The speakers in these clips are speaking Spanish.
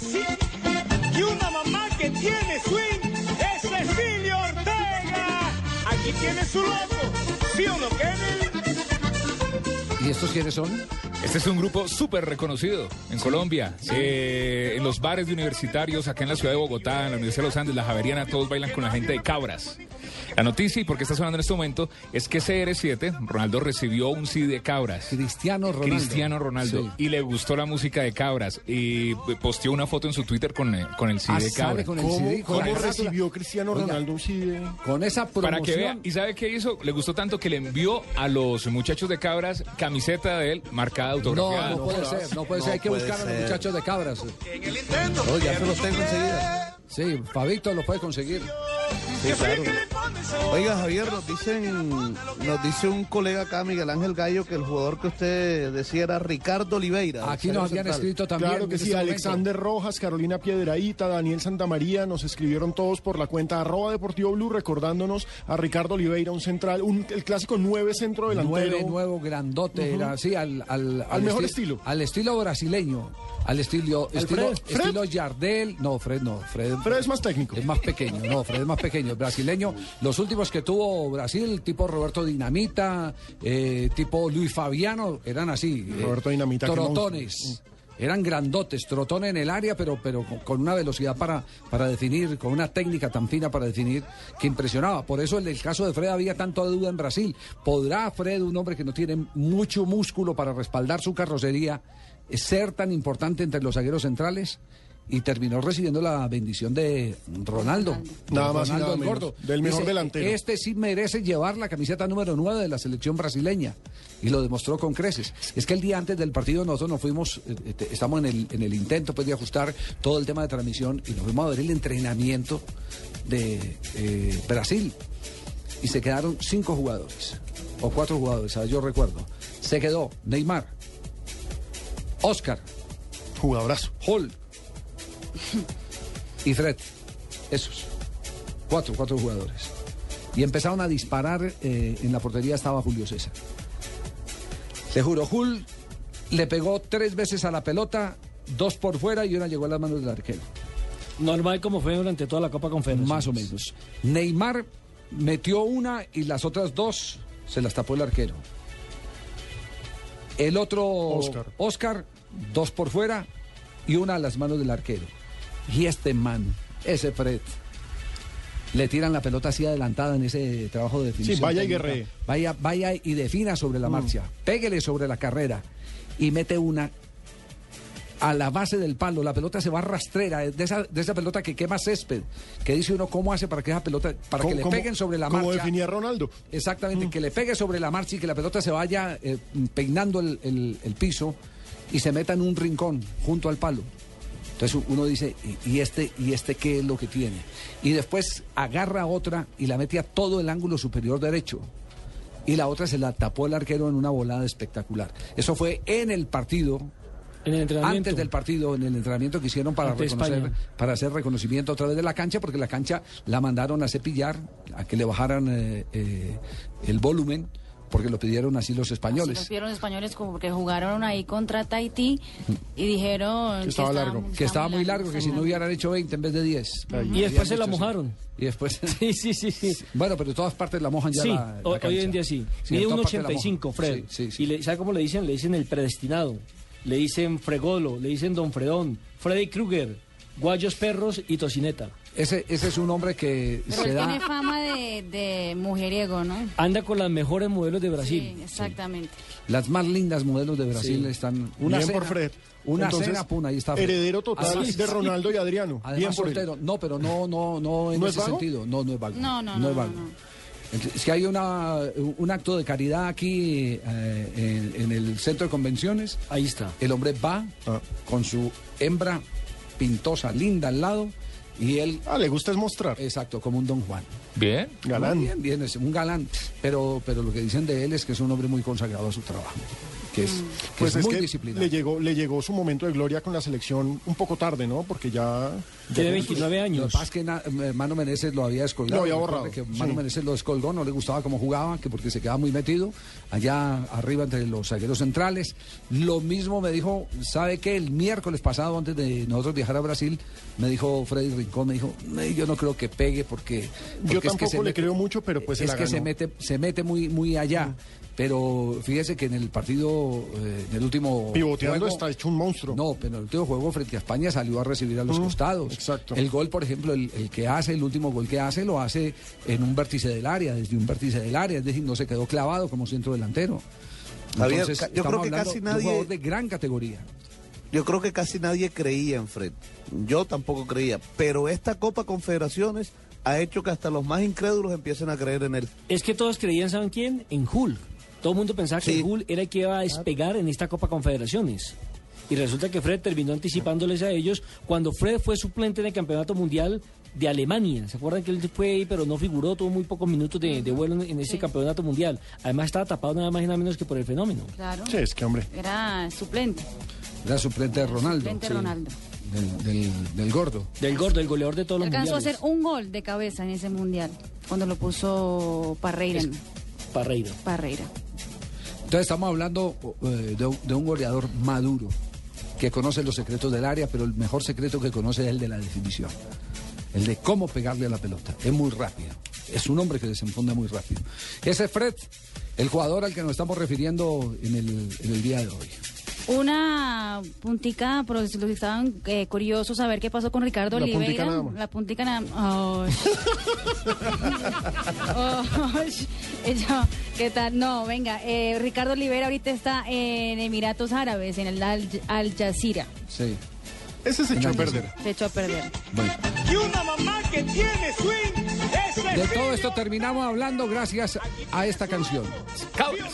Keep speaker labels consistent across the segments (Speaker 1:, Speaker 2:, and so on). Speaker 1: Sí. Y una mamá que tiene swing es Cecilia Ortega. Aquí tiene su loco. ¿Sí o no, Kevin?
Speaker 2: ¿Y estos quiénes son?
Speaker 3: Este es un grupo súper reconocido en Colombia.
Speaker 2: Ah.
Speaker 3: Eh, en los bares de universitarios, acá en la ciudad de Bogotá, en la Universidad de los Andes, la Javeriana, todos bailan con la gente de Cabras. La noticia, y por qué está sonando en este momento, es que CR7, Ronaldo recibió un CD de Cabras.
Speaker 2: Cristiano Ronaldo.
Speaker 3: Eh, Cristiano Ronaldo.
Speaker 2: Sí.
Speaker 3: Y le gustó la música de Cabras. Y posteó una foto en su Twitter con, eh, con el CD
Speaker 2: Ah,
Speaker 3: de
Speaker 2: sale
Speaker 3: Cabras.
Speaker 2: con el
Speaker 4: ¿Cómo,
Speaker 2: CD, con la
Speaker 4: cómo
Speaker 2: carátula,
Speaker 4: recibió Cristiano
Speaker 2: Oiga.
Speaker 4: Ronaldo eh, un CD?
Speaker 2: Con esa promoción.
Speaker 3: Para que vea, ¿y sabe qué hizo? Le gustó tanto que le envió a los muchachos de Cabras camiseta de él marcada, autografiada.
Speaker 2: No, no puede ser, no puede ser. Hay que buscar a los muchachos de cabras.
Speaker 1: En el intento.
Speaker 5: No, ya se los tengo enseguida.
Speaker 2: Sí, Fabito lo puede conseguir.
Speaker 1: Que sé
Speaker 5: claro.
Speaker 1: que le pones oh. a-
Speaker 5: Oiga, Javier, nos dicen, nos dice un colega acá, Miguel Ángel Gallo, que el jugador que usted decía era Ricardo Oliveira.
Speaker 2: Aquí nos habían escrito también.
Speaker 4: Claro
Speaker 2: en
Speaker 4: que sí,
Speaker 2: este
Speaker 4: Alexander Rojas, Carolina Piedraíta, Daniel Santamaría, nos escribieron todos por la cuenta arroba deportivo blue recordándonos a Ricardo Oliveira, un central, un, el clásico 9 centro
Speaker 2: momento.
Speaker 4: delantero.
Speaker 2: Nueve, nuevo, grandote, era así, al, al,
Speaker 4: mejor
Speaker 2: esti-
Speaker 4: estilo.
Speaker 2: Al estilo brasileño. Al estilo, estilo,
Speaker 4: Fred, Fred.
Speaker 2: estilo Yardel. No, Fred no. Fred,
Speaker 4: Fred es más técnico.
Speaker 2: Es más pequeño, no, Fred es más pequeño. El brasileño, los últimos que tuvo Brasil, tipo Roberto Dinamita, eh, tipo Luis Fabiano, eran así. eh,
Speaker 4: Roberto Dinamita, qué
Speaker 2: Trotones. Eran grandotes, trotones en el área, pero, pero con- con una velocidad para, para definir, con una técnica tan fina para definir, que impresionaba. Por eso en el caso de Fred había tanta duda en Brasil. ¿Podrá Fred, un hombre que no tiene mucho músculo para respaldar su carrocería, eh, ser tan importante entre los zagueros centrales? Y terminó recibiendo la bendición de Ronaldo.
Speaker 4: Nada
Speaker 2: De
Speaker 4: más
Speaker 2: Ronaldo
Speaker 4: y nada
Speaker 2: el
Speaker 4: menos, del mejor delantero.
Speaker 2: Este sí merece llevar la camiseta número 9 de la selección brasileña. Y lo demostró con creces. Es que el día antes del partido nosotros nos fuimos, eh, eh, te- estamos en el, en el intento pues, de ajustar todo el tema de transmisión y nos fuimos a ver el entrenamiento de eh, Brasil. Y se quedaron cinco jugadores, o cuatro jugadores, ah, yo recuerdo. Se quedó Neymar, Oscar,
Speaker 4: Jugadorazo.
Speaker 2: Hall y Fred. Esos. Cuatro, cuatro jugadores. Y empezaron a disparar. eh, en la portería estaba Julio César. Te juro, Jul le pegó tres veces a la pelota, dos por fuera y una llegó a las manos del arquero.
Speaker 6: Normal como fue durante toda la Copa Confederación.
Speaker 2: Más o menos. Neymar metió una y las otras dos se las tapó el arquero. El otro
Speaker 4: Oscar.
Speaker 2: Oscar, dos por fuera y una a las manos del arquero. Y este man, ese Fred, le tiran la pelota así adelantada en ese trabajo de definición.
Speaker 4: Sí, vaya y
Speaker 2: técnica.
Speaker 4: guerree. Mm.
Speaker 2: Vaya, vaya y defina sobre la marcha. Péguele sobre la carrera y mete una a la base del palo, la pelota se va rastrera, de esa, de esa pelota que quema césped, que dice uno cómo hace para que esa pelota, para que
Speaker 4: ¿Cómo-
Speaker 2: le
Speaker 4: cómo-
Speaker 2: peguen sobre la
Speaker 4: Como
Speaker 2: marcha.
Speaker 4: definía Mm. Ronaldo.
Speaker 2: Exactamente, que le pegue sobre la marcha y que la pelota se vaya eh, peinando el, el- el piso y se meta en un rincón junto al palo. Entonces uno dice, ¿y, y este, ¿y este qué es lo que tiene? Y después agarra otra y la mete a todo el ángulo superior derecho. Y la otra se la tapó el arquero en una volada espectacular. Eso fue en el partido
Speaker 6: En el entrenamiento.
Speaker 2: antes del partido, en el entrenamiento que hicieron para
Speaker 6: Ante
Speaker 2: reconocer,
Speaker 6: España.
Speaker 2: para hacer reconocimiento a través de la cancha, porque la cancha la mandaron a cepillar, a que le bajaran eh, eh, el volumen, porque lo pidieron así los
Speaker 7: Sí, los
Speaker 2: españoles.
Speaker 7: vieron españoles como porque jugaron ahí contra Tahití y dijeron
Speaker 4: Que estaba largo.
Speaker 2: Que estaba muy largo, que si no hubieran hecho 20 en vez de 10.
Speaker 6: Y después se la mojaron.
Speaker 2: Y después.
Speaker 6: Sí, sí, sí, sí.
Speaker 2: Bueno, pero en todas partes la mojan ya.
Speaker 6: Sí,
Speaker 2: la- la
Speaker 6: ho- hoy
Speaker 2: cancha.
Speaker 6: en día sí.
Speaker 2: en
Speaker 6: Mide
Speaker 2: todas partes
Speaker 6: 1.85,
Speaker 2: la
Speaker 6: Fred.
Speaker 2: mojan. Sí, sí, sí.
Speaker 6: ¿Y le, sabe cómo le dicen? Le dicen el predestinado. Le dicen Fregolo, le dicen Don Fredón, Freddy Krueger, Guayos Perros y Tocineta.
Speaker 2: Ese, ese es un hombre que
Speaker 7: Pero
Speaker 2: se
Speaker 7: él
Speaker 2: da.
Speaker 7: tiene fama de, de mujeriego, ¿no?
Speaker 6: Anda con las mejores modelos de Brasil.
Speaker 7: Sí, exactamente.
Speaker 2: Las más lindas modelos de Brasil
Speaker 6: Sí.
Speaker 2: están. Una
Speaker 4: Bien
Speaker 2: cena,
Speaker 4: por Fred.
Speaker 2: Una
Speaker 4: Entonces,
Speaker 2: cena, pum, ahí está. Fred.
Speaker 4: Heredero total
Speaker 2: Además-
Speaker 4: de Ronaldo y Adriano.
Speaker 2: Además,
Speaker 4: Bien por él.
Speaker 2: soltero. No, pero no, no en
Speaker 4: ¿No es
Speaker 2: ese
Speaker 4: vago?
Speaker 2: sentido. No, no es vago.
Speaker 7: No, no,
Speaker 2: No
Speaker 7: no,
Speaker 2: es vago.
Speaker 7: no, no.
Speaker 2: Es que hay una, un acto de caridad aquí eh, en, en el centro de convenciones.
Speaker 6: Ahí está.
Speaker 2: El hombre va
Speaker 4: Ah.
Speaker 2: con su hembra pintosa, linda al lado, y él,
Speaker 4: Ah, le gusta es mostrar.
Speaker 2: exacto, como un don Juan.
Speaker 3: Bien.
Speaker 4: Galán.
Speaker 2: Eh, Muy Bien, bien, es un galán. Pero, pero lo que dicen de él es que es un hombre muy consagrado a su trabajo, que es, que
Speaker 4: Pues
Speaker 2: es,
Speaker 4: es
Speaker 2: muy
Speaker 4: que
Speaker 2: disciplinado.
Speaker 4: le llegó, le llegó su momento de gloria con la selección un poco tarde, ¿no? Porque ya
Speaker 6: Tiene 29
Speaker 2: Lo
Speaker 6: años.
Speaker 2: que pasa es que na- eh, Mano Meneses lo había descolgado.
Speaker 4: Lo había
Speaker 2: Recuerde
Speaker 4: borrado,
Speaker 2: Que Mano
Speaker 4: sí.
Speaker 2: Meneses lo descolgó, no le gustaba cómo jugaba, que porque se quedaba muy metido allá arriba entre los zagueros centrales. Lo mismo me dijo, ¿sabe qué? El miércoles pasado, antes de nosotros viajar a Brasil, me dijo Freddy Rincón, me dijo, "Eh, yo no creo que pegue porque... porque
Speaker 4: Yo tampoco le creo mucho, pero pues se
Speaker 2: Es
Speaker 4: la
Speaker 2: que se
Speaker 4: ganó".
Speaker 2: mete, se mete muy, muy allá. Pero fíjese que en el partido, eh, en el último...
Speaker 4: Pivoteando
Speaker 2: juego-
Speaker 4: está hecho un monstruo.
Speaker 2: No, pero en el último juego frente a España salió a recibir a los costados.
Speaker 4: exacto.
Speaker 2: El gol, por ejemplo, el, el que hace, el último gol que hace, lo hace en un vértice del área, desde un vértice del área, es decir, no se quedó clavado como centro delantero.
Speaker 5: Javier, ca- yo
Speaker 2: estamos
Speaker 5: creo que
Speaker 2: hablando de
Speaker 5: casi
Speaker 2: un
Speaker 5: nadie-
Speaker 2: jugador de gran categoría.
Speaker 5: Yo creo que casi nadie creía en Fred. Yo tampoco creía. Pero esta Copa Confederaciones ha hecho que hasta los más incrédulos empiecen a creer en él.
Speaker 6: Es que todos creían, ¿saben quién? En Hulk. Todo el mundo pensaba
Speaker 5: Sí.
Speaker 6: que Hulk era el que iba a despegar en esta Copa Confederaciones. Y resulta que Fred terminó anticipándoles a ellos cuando Fred fue suplente en el Campeonato Mundial de Alemania. ¿Se acuerdan que él fue ahí, pero no figuró? Tuvo muy pocos minutos de, de vuelo en, en ese Campeonato Mundial. Además estaba tapado nada más y nada menos que por el fenómeno.
Speaker 7: Claro.
Speaker 4: Sí, es que hombre.
Speaker 7: Era suplente.
Speaker 2: Era suplente de Ronaldo.
Speaker 7: Suplente de Ronaldo.
Speaker 2: Del, del- del gordo.
Speaker 6: Del gordo, el goleador de todos los
Speaker 7: Alcanzó a hacer
Speaker 6: mundiales.
Speaker 7: un gol de cabeza en ese mundial cuando lo puso Parreira.
Speaker 6: Parreira.
Speaker 7: Parreira.
Speaker 2: Entonces estamos hablando eh, de, un- de un goleador maduro, que conoce los secretos del área, pero el mejor secreto que conoce es el de la definición. El de cómo pegarle a la pelota. Es muy rápido. Es un hombre que desenfunda muy rápido. Ese es Fred, el jugador al que nos estamos refiriendo en el, en el día de hoy.
Speaker 7: Una puntica, por si los que estaban eh, curiosos a ver qué pasó con Ricardo
Speaker 4: La puntica
Speaker 7: Oliveira.
Speaker 4: nada más.
Speaker 7: La puntica nada más. ¿Qué tal? No, venga. eh, Ricardo Oliveira ahorita está en Emiratos Árabes, en el Al, Al Jazeera.
Speaker 2: Sí.
Speaker 4: Ese se echó a perder.
Speaker 7: Se echó a perder.
Speaker 2: Bueno.
Speaker 1: Y una mamá que tiene swing. Ese
Speaker 2: De
Speaker 1: es
Speaker 2: todo esto terminamos hablando gracias a esta canción.
Speaker 3: Cabras.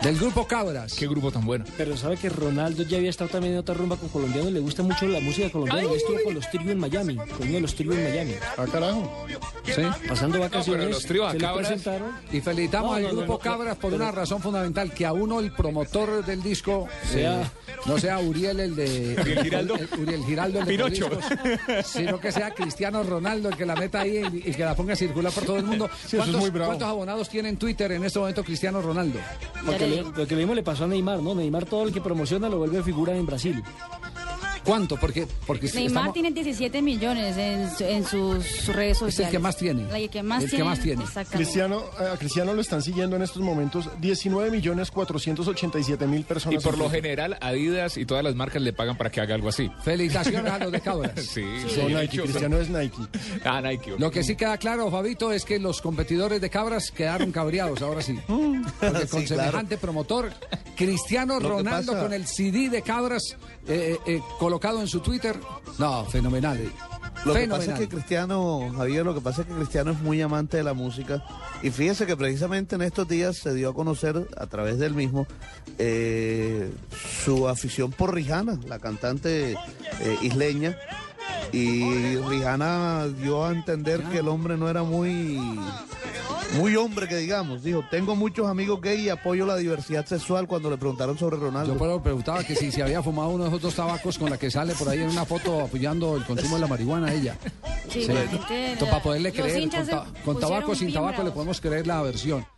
Speaker 2: Del grupo Cabras.
Speaker 3: Qué grupo tan bueno.
Speaker 6: Pero sabe que Ronaldo ya había estado también en otra rumba con colombianos, le gusta mucho la música colombiana, y estuvo con los tríos en Miami, con uno de los tríos en Miami.
Speaker 4: Ah, carajo.
Speaker 2: Sí.
Speaker 6: Pasando vacaciones,
Speaker 3: los tríos a
Speaker 6: se le
Speaker 3: cabras-
Speaker 6: presentaron.
Speaker 2: Y felicitamos
Speaker 6: No,
Speaker 2: al
Speaker 6: no, no,
Speaker 2: grupo
Speaker 6: no,
Speaker 2: Cabras por
Speaker 6: pero-
Speaker 2: una razón fundamental, que a uno el promotor del disco
Speaker 6: Sea-
Speaker 2: eh, no sea Uriel el de
Speaker 3: Uriel Giraldo.
Speaker 2: el- Uriel Giraldo el de
Speaker 3: Pinocho.
Speaker 2: Moriscos, sino que sea Cristiano Ronaldo el que la meta ahí y, y que la ponga a circular por todo el mundo.
Speaker 4: es muy bravo.
Speaker 2: cuántos abonados tiene en Twitter en este momento Cristiano Ronaldo?
Speaker 6: Lo que, le, lo que le mismo le pasó a Neymar, ¿no? Neymar todo el que promociona lo vuelve figura en Brasil.
Speaker 2: ¿Cuánto? Porque porque si
Speaker 7: Neymar
Speaker 2: estamos-
Speaker 7: tiene 17 millones en, su- en sus, sus redes sociales.
Speaker 2: Es el que más tiene.
Speaker 7: La- El que más
Speaker 2: El que
Speaker 7: tiene.
Speaker 2: más tiene.
Speaker 7: Exactamente.
Speaker 4: Cristiano, a Cristiano lo están siguiendo en estos momentos 19 millones 487 mil
Speaker 3: Y
Speaker 4: personas.
Speaker 3: por
Speaker 4: en
Speaker 3: lo
Speaker 4: Twitter.
Speaker 3: general, Adidas y todas las marcas le pagan para que haga algo así.
Speaker 2: felicitaciones a los de Cabras.
Speaker 3: Sí,
Speaker 4: No,
Speaker 3: de
Speaker 4: Nike,
Speaker 3: hecho,
Speaker 4: Cristiano es Nike.
Speaker 3: Ah, Nike. ok.
Speaker 2: Lo que sí queda claro, Fabito, es que los competidores de Cabras quedaron cabreados, ahora sí. Porque con
Speaker 5: Sí, claro.
Speaker 2: semejante promotor, Cristiano
Speaker 5: Lo que
Speaker 2: Ronaldo
Speaker 5: pasa-
Speaker 2: con el CD de Cabras eh, eh, colocado en su Twitter. No, fenomenal. eh.
Speaker 5: Lo que
Speaker 2: fenomenal.
Speaker 5: pasa es que Cristiano, Javier, lo que pasa es que Cristiano es muy amante de la música. Y fíjese que precisamente en estos días se dio a conocer a través del mismo eh, su afición por Rihanna, la cantante eh, isleña. Y Rihanna dio a entender que el hombre no era muy, muy hombre, que digamos. Dijo, tengo muchos amigos gay y apoyo la diversidad sexual cuando le preguntaron sobre Ronaldo.
Speaker 2: Yo por lo preguntaba que si se había fumado uno de esos dos tabacos con la que sale por ahí en una foto apoyando el consumo de la marihuana ella.
Speaker 7: Sí,
Speaker 2: Sí.
Speaker 7: la gente-
Speaker 2: Entonces, para poderle
Speaker 7: los
Speaker 2: creer, con,
Speaker 7: hinchas
Speaker 2: ta-
Speaker 7: se
Speaker 2: con tabaco
Speaker 7: pusieron
Speaker 2: sin
Speaker 7: bien
Speaker 2: tabaco le
Speaker 7: bravos.
Speaker 2: podemos creer la versión.